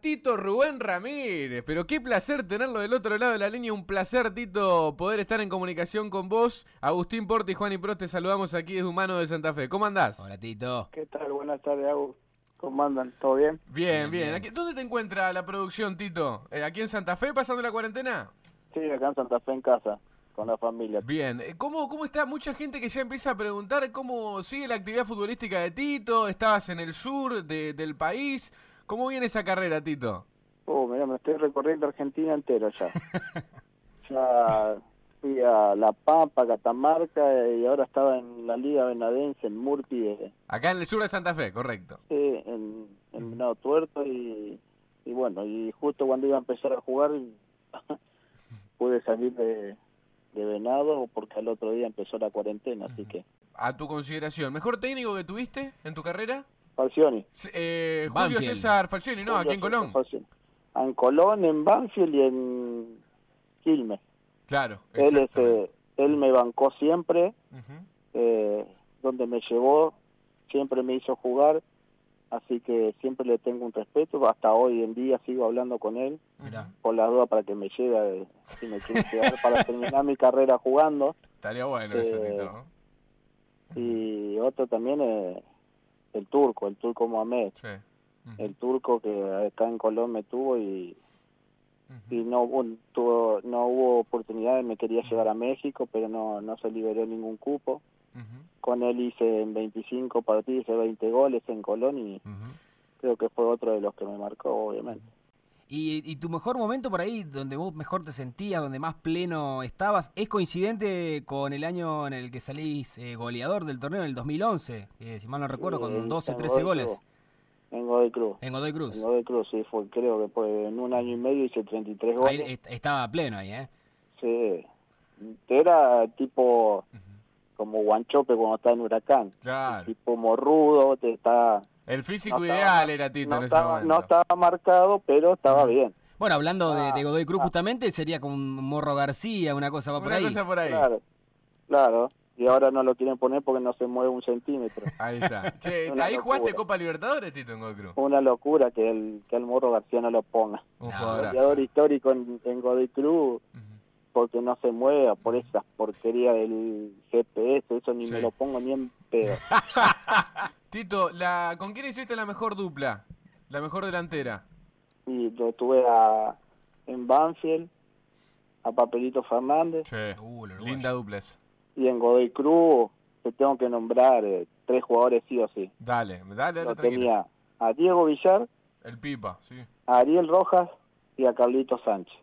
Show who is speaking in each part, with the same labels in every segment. Speaker 1: Tito Rubén Ramírez, pero qué placer tenerlo del otro lado de la línea, un placer Tito poder estar en comunicación con vos. Agustín Porti y Juan y Prost, te saludamos aquí desde Humano de Santa Fe. ¿Cómo andás?
Speaker 2: Hola Tito.
Speaker 3: ¿Qué tal? Buenas tardes, Agus. ¿Cómo andan? ¿Todo bien?
Speaker 1: Bien, bien. Aquí- ¿Dónde te encuentra la producción, Tito? Eh, ¿Aquí en Santa Fe pasando la cuarentena?
Speaker 3: Sí, acá en Santa Fe en casa, con la familia.
Speaker 1: Bien. Eh, ¿Cómo, ¿Cómo está? Mucha gente que ya empieza a preguntar cómo sigue la actividad futbolística de Tito, estabas en el sur de- del país. ¿Cómo viene esa carrera, Tito?
Speaker 3: Oh, mira, me estoy recorriendo Argentina entera ya. ya fui a La Pampa, Catamarca y ahora estaba en la Liga Benadense, en Murti, de-
Speaker 1: Acá en el sur de Santa Fe, correcto.
Speaker 3: eh, en, en Venado Tuerto y, y bueno, y justo cuando iba a empezar a jugar pude salir de, de Venado porque al otro día empezó la cuarentena, así que...
Speaker 1: A tu consideración, ¿mejor técnico que tuviste en tu carrera?
Speaker 3: Falcioni.
Speaker 1: S- eh, Julio
Speaker 2: Banfield.
Speaker 1: César Falcioni, no, aquí en Colón.
Speaker 3: En Colón, en Banfield y en Quilmes.
Speaker 1: Claro.
Speaker 3: Él, es,
Speaker 1: exactamente.
Speaker 3: eh, él me bancó siempre,
Speaker 1: Ujú.
Speaker 3: eh, donde me llevó, siempre me hizo jugar, así que siempre le tengo un respeto. Hasta hoy en día sigo hablando con él,
Speaker 2: Mirá.
Speaker 3: por las dudas para que me lleve, eh, si me quiere quedar, para terminar mi carrera jugando.
Speaker 1: Estaría bueno eso,
Speaker 3: Eh,
Speaker 1: Tito. ¿no?
Speaker 3: Y otro también, eh, el turco, el turco Mohamed.
Speaker 1: Sí. Ujú,
Speaker 3: El turco que acá en Colón me tuvo y
Speaker 1: ujú.
Speaker 3: y no hubo, tuvo- no hubo oportunidad, me quería llevar a México, pero no, no se liberó ningún cupo.
Speaker 1: Ujú,
Speaker 3: Con él hice en 25 partidos, hice 20 goles en Colón y
Speaker 1: ujú.
Speaker 3: creo que fue otro de los que me marcó, obviamente.
Speaker 2: ¿Y, y tu mejor momento por ahí, donde vos mejor te sentías, donde más pleno estabas, es coincidente con el año en el que salís eh, goleador del torneo, en el 2011, eh, si mal no recuerdo,
Speaker 3: Eh,
Speaker 2: con 12,
Speaker 3: en
Speaker 2: 13
Speaker 3: Godoy
Speaker 2: goles
Speaker 3: Cruz, En Godoy Cruz.
Speaker 2: en Godoy Cruz?
Speaker 3: En Godoy Cruz, sí, fue, creo que fue en un año y medio hice 33
Speaker 2: Ahí
Speaker 3: goles.
Speaker 2: est- estaba pleno ahí, ¿eh?
Speaker 3: Sí. Era tipo como Guanchope cuando está en Huracán.
Speaker 1: Claro.
Speaker 3: Tipo morrudo, te está...
Speaker 1: El físico
Speaker 3: no estaba-
Speaker 1: ideal era Tito
Speaker 3: no
Speaker 1: en ese
Speaker 3: estaba,
Speaker 1: momento.
Speaker 3: no estaba marcado, pero estaba bien.
Speaker 2: Bueno, hablando de,
Speaker 3: Ah,
Speaker 2: de Godoy Cruz
Speaker 3: ah.
Speaker 2: justamente, sería como un Morro García, una cosa va por
Speaker 1: Una
Speaker 2: ahí.
Speaker 1: cosa por ahí.
Speaker 3: Claro, claro. Y ahora no lo quieren poner porque no se mueve un centímetro.
Speaker 1: Ahí está. Che,
Speaker 3: Una
Speaker 1: ahí jugaste
Speaker 3: locura.
Speaker 1: Copa Libertadores, Tito, en Godoy Cruz.
Speaker 3: Una locura que el, que el Morro García no lo ponga.
Speaker 1: Un
Speaker 2: No,
Speaker 1: jugadorazo.
Speaker 3: Goleador histórico en, en Godoy Cruz
Speaker 1: Ujú.
Speaker 3: porque no se mueva, por esas porquerías del GPS, eso ni
Speaker 1: Sí.
Speaker 3: me lo pongo ni en pedo.
Speaker 1: Tito, la, ¿con quién hiciste la mejor dupla? La mejor delantera.
Speaker 3: Y lo tuve a, en Banfield, a Papelito Fernández
Speaker 1: Che,
Speaker 2: Uh, el uruguayo.
Speaker 1: linda dupla esa.
Speaker 3: y en Godoy Cruz te tengo que nombrar eh, tres jugadores sí o sí.
Speaker 1: Dale, dale, dale,
Speaker 3: Lo
Speaker 1: tranquilo.
Speaker 3: tenía a Diego Villar,
Speaker 1: El Pipa, sí.
Speaker 3: a Ariel Rojas y a Carlito Sánchez.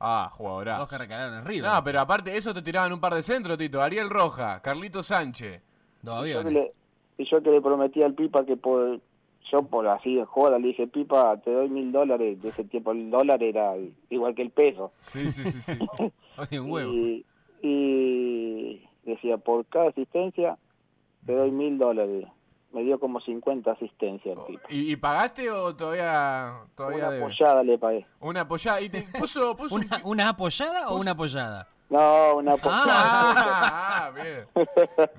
Speaker 1: Ah, jugadorazo.
Speaker 2: Dos que recalaron en River.
Speaker 1: No, pero aparte, eso te tiraban un par de centros, Tito. Ariel Roja, Carlito Sánchez.
Speaker 2: Dos
Speaker 3: Yo que
Speaker 2: aviones.
Speaker 3: le- y yo que le prometí al Pipa que por, yo por así de joda le dije, Pipa, te doy mil dólares. De ese tiempo el dólar era igual que el peso.
Speaker 1: Sí, sí, sí, sí.
Speaker 2: Oye, un huevo.
Speaker 3: Y, y decía, por cada asistencia te doy mil dólares. Me dio como 50 asistencias al Pipa.
Speaker 1: ¿Y, y pagaste o todavía, Oh, todavía
Speaker 3: Una
Speaker 1: debe?
Speaker 3: apoyada le pagué.
Speaker 1: Una apoyada. Y te puso, puso un-
Speaker 2: ¿Una, una apoyada o una apoyada?
Speaker 3: No, una apoyada.
Speaker 1: Ah, ah, bien.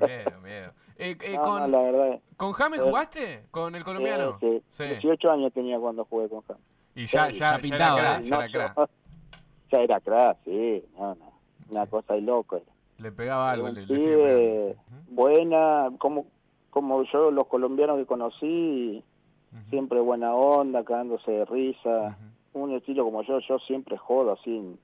Speaker 1: Miedo, miedo. Eh, eh,
Speaker 3: No, no,
Speaker 1: con,
Speaker 3: la verdad. es-
Speaker 1: ¿Con James jugaste? ¿Con el colombiano?
Speaker 3: Sí, sí. 18 años tenía cuando jugué con James.
Speaker 1: Y ya,
Speaker 3: Sí,
Speaker 1: ya,
Speaker 2: ya
Speaker 1: ya era
Speaker 2: pintaba.
Speaker 1: crack, Ah,
Speaker 3: Sí,
Speaker 1: ya
Speaker 3: no,
Speaker 1: era crack.
Speaker 3: yo- ya era crack, sí. No, no, una cosa de loco. era.
Speaker 1: Le pegaba algo,
Speaker 3: un
Speaker 1: le, le
Speaker 3: pibe
Speaker 1: sigue pegando.
Speaker 3: buena, como, como yo los colombianos que conocí,
Speaker 1: Ujú,
Speaker 3: siempre buena onda, cagándose de risa,
Speaker 1: ujú.
Speaker 3: un estilo como yo, yo siempre jodo así en,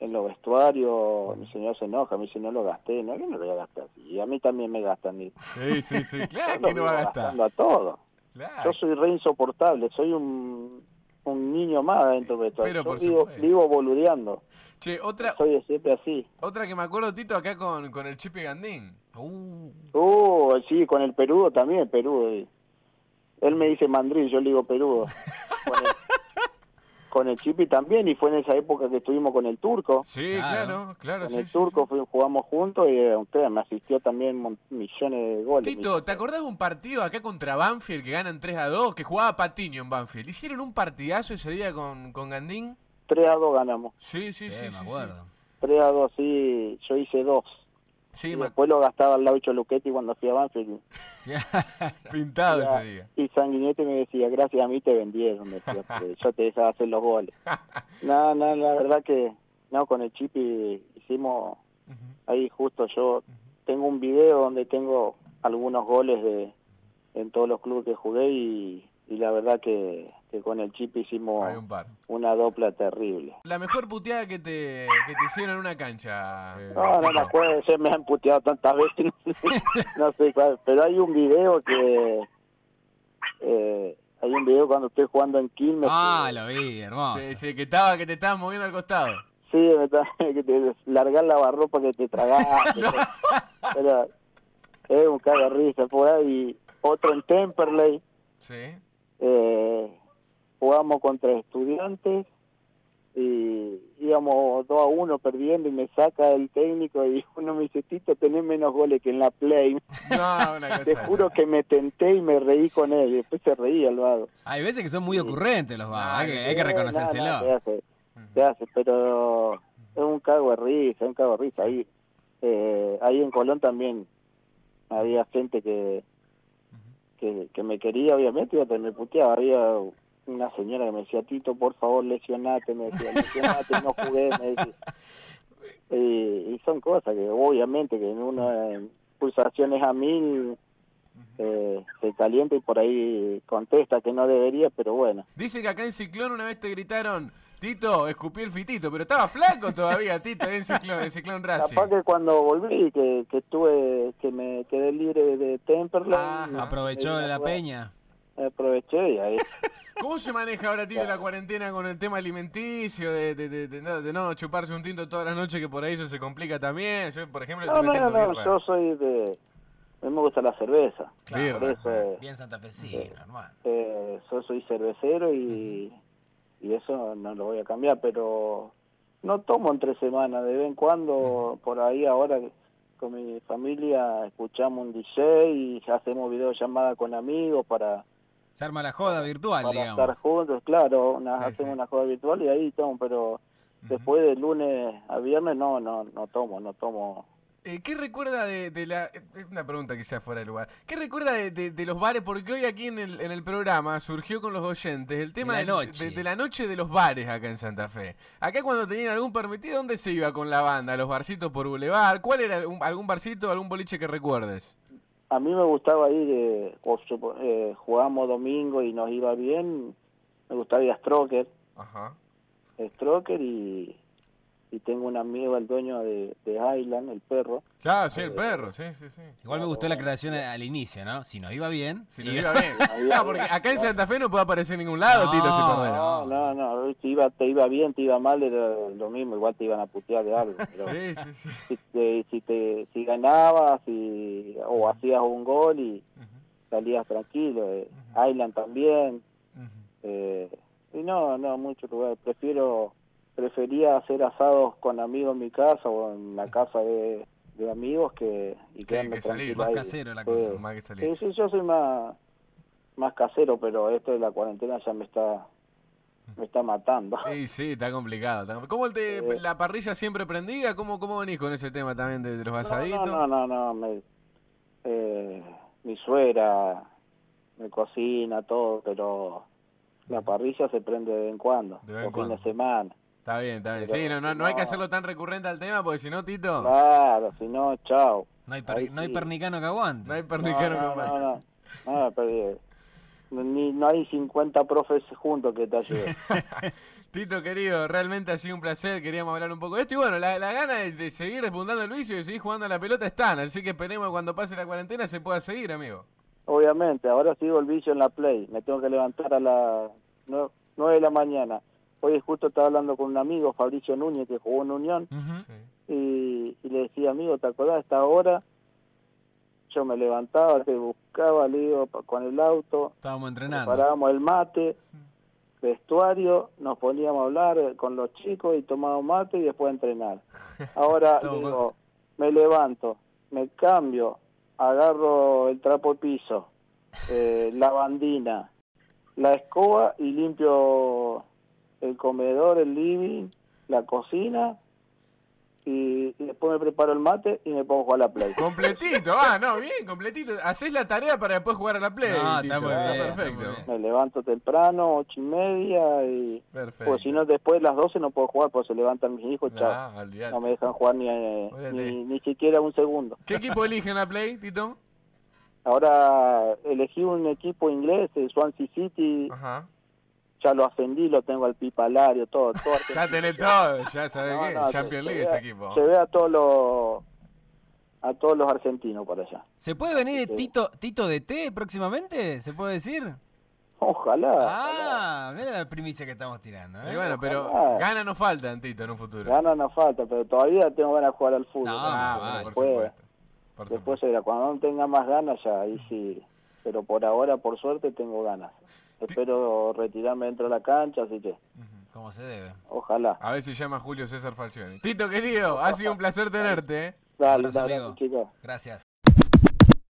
Speaker 3: en los vestuarios, mi señor se enoja, me dice no lo gasté, no, yo no lo voy a gastar, y a mí también me gastan, y
Speaker 1: Sí, sí, sí.
Speaker 3: yo
Speaker 1: Claro
Speaker 3: lo
Speaker 1: que no va a
Speaker 3: vivo
Speaker 1: gastar.
Speaker 3: gastando a todo,
Speaker 1: Claro.
Speaker 3: yo soy re insoportable, soy un, un niño más dentro del
Speaker 1: Pero
Speaker 3: vestuario, yo
Speaker 1: por
Speaker 3: vivo,
Speaker 1: supuesto.
Speaker 3: vivo boludeando,
Speaker 1: Che, otra,
Speaker 3: soy siempre así.
Speaker 1: otra que me acuerdo, Tito, acá con, con el Chipe Gandín.
Speaker 2: Uh,
Speaker 3: Uh, sí, con el perudo también, perudo. eh. Él me dice mandril, yo le digo perudo. Con el, con el Chipi también, y fue en esa época que estuvimos con el turco.
Speaker 1: Sí,
Speaker 2: Claro.
Speaker 1: claro, claro,
Speaker 3: Con
Speaker 1: sí.
Speaker 3: el
Speaker 1: sí,
Speaker 3: turco fui- jugamos juntos y eh, usted me asistió también mon- millones de goles.
Speaker 1: Tito, ¿te acordás de un partido acá contra Banfield que ganan 3 a 2? Que jugaba Patiño en Banfield. ¿Hicieron un partidazo ese día con, con Gandín?
Speaker 3: 3 a 2 ganamos.
Speaker 1: Sí, sí,
Speaker 2: sí,
Speaker 1: sí. sí,
Speaker 2: me
Speaker 1: sí.
Speaker 2: acuerdo.
Speaker 3: 3 a 2, sí, yo hice dos
Speaker 1: Sí,
Speaker 3: y
Speaker 1: me-
Speaker 3: después lo gastaba al lado de Choluquetti cuando fui a Banfield.
Speaker 1: pintado
Speaker 3: Ya,
Speaker 1: ese día.
Speaker 3: Y Sanguinetti me decía, gracias a mí te vendieron, me decía, porque yo te dejaba hacer los goles. No, no, la verdad que no, con el Chipi hicimos ahí justo yo tengo un video donde tengo algunos goles de en todos los clubes que jugué y, y la verdad que, que con el Chipi hicimos
Speaker 1: Hay un par.
Speaker 3: una dopla terrible.
Speaker 1: La mejor puteada que te, que te hicieron en una cancha. eh,
Speaker 3: No, Ah, no
Speaker 1: Tino.
Speaker 3: me acuerdo, ya me han puteado tantas veces, no sé, no sé cuál, pero hay un video que... eh, hay un video cuando estoy jugando en Quilmes.
Speaker 2: Ah,
Speaker 3: que-
Speaker 2: lo vi, hermoso.
Speaker 1: Sí, sí, que, estaba, que te estabas moviendo al costado.
Speaker 3: Sí, me está- que te largar la barropa que te tragaste. Pero es un cago de risa por ahí. Otro en Temperley.
Speaker 1: Sí.
Speaker 3: eh, jugamos contra estudiantes y íbamos 2 a 1 perdiendo y me saca el técnico y uno me dice, Tito, tenés menos goles que en la Play.
Speaker 1: No, una cosa.
Speaker 3: Te juro que me tenté y me reí con él y después se reía el vago.
Speaker 2: Hay veces que son muy ocurrentes los
Speaker 1: Ah,
Speaker 2: va, hay, que,
Speaker 1: sí,
Speaker 2: hay que
Speaker 3: Eh, no, no, se
Speaker 2: reconocérselo.
Speaker 3: hace, se hace, pero es un cago de risa, un cago de risa. Ahí, eh, ahí en Colón también había gente que, que, que me quería, obviamente, y otra me puteaba. Había una señora que me decía, Tito, por favor, lesionate, me decía, lesionate, no jugué, me decía. Y, y son cosas que obviamente que uno en pulsaciones a mil eh, se calienta y por ahí contesta que no debería, pero bueno.
Speaker 1: Dice que acá en Ciclón una vez te gritaron, Tito, escupí el fitito, pero estaba flaco todavía, Tito, en Ciclón, en Ciclón Racing.
Speaker 3: Capaz que cuando volví, que, que estuve, que me quedé libre de Temperley.
Speaker 1: Ajá.
Speaker 2: Aprovechó
Speaker 3: Eh,
Speaker 2: la
Speaker 3: bueno,
Speaker 2: peña.
Speaker 3: Aproveché y ahí.
Speaker 1: ¿Cómo se maneja ahora, Tito, la cuarentena con el tema alimenticio, de, de- de- de no, de no chuparse un tinto todas las noches, que por ahí eso se complica también? Yo, por ejemplo,
Speaker 3: No,
Speaker 1: me
Speaker 3: no,
Speaker 1: tengo
Speaker 3: no,
Speaker 1: birra.
Speaker 3: yo soy de... A mí me gusta la cerveza.
Speaker 1: Claro.
Speaker 3: Por eso
Speaker 2: Bien santafesino, hermano.
Speaker 3: eh, yo soy cervecero y, y eso no lo voy a cambiar, pero no tomo entre semanas. De vez en cuando, por ahí ahora con mi familia, escuchamos un DJ y hacemos videollamada con amigos para...
Speaker 2: Se arma la joda virtual,
Speaker 3: para
Speaker 2: digamos.
Speaker 3: estar juntos, claro, una-
Speaker 1: Sí,
Speaker 3: hacemos
Speaker 1: sí.
Speaker 3: una joda virtual y ahí tomo, pero después de lunes a viernes no, no, no tomo, no tomo.
Speaker 1: Eh, ¿Qué recuerda de, de la... eh, Es una pregunta que sea fuera de lugar. ¿Qué recuerda de, de- de los bares? Porque hoy aquí en el, en el programa surgió con los oyentes el tema
Speaker 2: De la noche.
Speaker 1: De, de la noche de los bares acá en Santa Fe. Acá cuando tenían algún permitido, ¿dónde se iba con la banda? ¿A ¿Los barcitos por Boulevard? ¿Cuál era algún, algún barcito, algún boliche que recuerdes?
Speaker 3: A mí me gustaba ir, eh, o supo- eh, jugábamos domingo y nos iba bien, me gustaba ir a Stroker,
Speaker 1: Ajá.
Speaker 3: Stroker y, y tengo un amigo, el dueño de, de Island, el perro.
Speaker 1: Claro, sí,
Speaker 2: Eh,
Speaker 1: el perro, sí, sí, sí.
Speaker 2: Igual me gustó la creación al al inicio, ¿no? Si nos iba bien.
Speaker 1: Si
Speaker 2: y-
Speaker 1: nos iba bien.
Speaker 3: nos iba
Speaker 1: No, porque
Speaker 3: bien.
Speaker 1: acá en Santa Fe no puede aparecer en ningún lado,
Speaker 2: No,
Speaker 1: Tito, ese perro.
Speaker 2: Bueno.
Speaker 3: No, no, no, te iba, te iba bien, te iba mal, era lo mismo, igual te iban a putear de algo. pero-
Speaker 1: Sí, sí, sí.
Speaker 3: si te, si te si ganabas y, o hacías un gol y salías tranquilo eh. Island también eh, y no no muchos lugares prefiero prefería hacer asados con amigos en mi casa o en la casa de, de amigos que y quedarme
Speaker 1: que salir,
Speaker 3: tranquilo
Speaker 2: más
Speaker 3: ahí.
Speaker 2: casero la
Speaker 3: Sí.
Speaker 2: cosa,
Speaker 1: Más que salir.
Speaker 3: Sí, sí, yo soy más más casero pero esto de la cuarentena ya me está me está matando
Speaker 1: Sí, sí, está complicado. está compli- ¿Cómo el te-
Speaker 3: Eh.
Speaker 1: la parrilla siempre prendida? ¿Cómo, ¿Cómo venís con ese tema también de, de los asaditos?
Speaker 3: No, no, no, no, me- eh, mi suegra me cocina todo, pero la parrilla se prende de vez en cuando,
Speaker 1: De vez en
Speaker 3: los fines
Speaker 1: cuando.
Speaker 3: de semana.
Speaker 1: Está bien, está bien.
Speaker 3: Pero
Speaker 1: Sí, no, no, no hay que
Speaker 3: no.
Speaker 1: hacerlo tan recurrente al tema porque si no, Tito,
Speaker 3: Claro, si no, chao.
Speaker 2: No hay, per-
Speaker 3: Ahí
Speaker 2: no hay
Speaker 3: sí.
Speaker 2: pernicano que
Speaker 1: no hay
Speaker 2: aguante.
Speaker 1: pernijero
Speaker 3: no,
Speaker 1: como-
Speaker 3: no, no, no, no, pero, eh, ni, no hay 50 profes juntos que te ayuden.
Speaker 1: Tito, querido, realmente ha sido un placer. Queríamos hablar un poco de esto. Y bueno, la, la gana es de seguir despuntando el vicio y de seguir jugando a la pelota están. Así que esperemos que cuando pase la cuarentena se pueda seguir, amigo.
Speaker 3: Obviamente, ahora sigo el vicio en la Play, me tengo que levantar a las 9 de la mañana. Hoy justo estaba hablando con un amigo, Fabricio Núñez, que jugó en Unión.
Speaker 2: Ujú.
Speaker 3: y, y le decía, amigo, ¿te acordás de esta hora? Yo me levantaba, te buscaba, le iba pa- con el auto,
Speaker 2: Estábamos entrenando.
Speaker 3: preparábamos el mate, vestuario, nos poníamos a hablar eh, con los chicos y tomábamos mate y después a entrenar. Ahora
Speaker 2: Todo
Speaker 3: digo, me levanto, me cambio, agarro el trapo de piso, eh, la bandina, la escoba y limpio el comedor, el living, la cocina y, y después me preparo el mate y me pongo a jugar a la Play.
Speaker 1: Completito, ah, no, bien, completito. Hacés la tarea para después jugar a la Play.
Speaker 2: No,
Speaker 1: Tito.
Speaker 2: está muy
Speaker 1: Ah,
Speaker 2: bien, está
Speaker 1: Perfecto.
Speaker 2: muy bien.
Speaker 3: Me levanto temprano, ocho y media, y
Speaker 1: Perfecto.
Speaker 3: pues si no, después de las 12 no puedo jugar, pues se levantan mis hijos, chao.
Speaker 1: Nah, olvidate.
Speaker 3: No me dejan jugar ni, eh,
Speaker 1: Ah, Olvídate.
Speaker 3: ni, ni siquiera un segundo.
Speaker 1: ¿Qué equipo eligen la Play, Tito?
Speaker 3: Ahora elegí un equipo inglés, el Swansea City,
Speaker 1: Ajá.
Speaker 3: ya lo ascendí, lo tengo al Pipalario, todo. todo
Speaker 1: Ya tenés todo, ya sabés
Speaker 3: No,
Speaker 1: qué.
Speaker 3: no, se-
Speaker 1: Champions
Speaker 3: se
Speaker 1: League
Speaker 3: ve-
Speaker 1: ese equipo.
Speaker 3: Se ve a todos los, a todos los argentinos para allá.
Speaker 2: ¿Se puede venir
Speaker 3: Sí.
Speaker 2: Tito, Tito de T próximamente? ¿Se puede decir?
Speaker 3: Ojalá. ojalá.
Speaker 2: Ah, mira la primicia que estamos tirando. ¿eh?
Speaker 1: Y bueno, pero
Speaker 3: Ojalá.
Speaker 1: gana no faltan, Tito, en un futuro.
Speaker 3: Ganas no falta, pero todavía tengo ganas de jugar al fútbol.
Speaker 2: No,
Speaker 1: Ah,
Speaker 2: Ah,
Speaker 1: bueno,
Speaker 2: vale.
Speaker 1: por
Speaker 3: Después-
Speaker 1: supuesto. Por
Speaker 3: Después
Speaker 1: supuesto.
Speaker 3: será, cuando no tenga más ganas ya, ahí sí. Pero por ahora, por suerte, tengo ganas. Espero retirarme dentro de la cancha, así que
Speaker 1: Ujú.
Speaker 2: Como se debe.
Speaker 3: ojalá.
Speaker 1: A ver si llama Julio César Falcioni. Tito, querido, ha sido un placer tenerte. ¿eh?
Speaker 3: Dale,
Speaker 2: abrazo,
Speaker 3: dale,
Speaker 2: amigo.
Speaker 3: chicos.
Speaker 2: Gracias.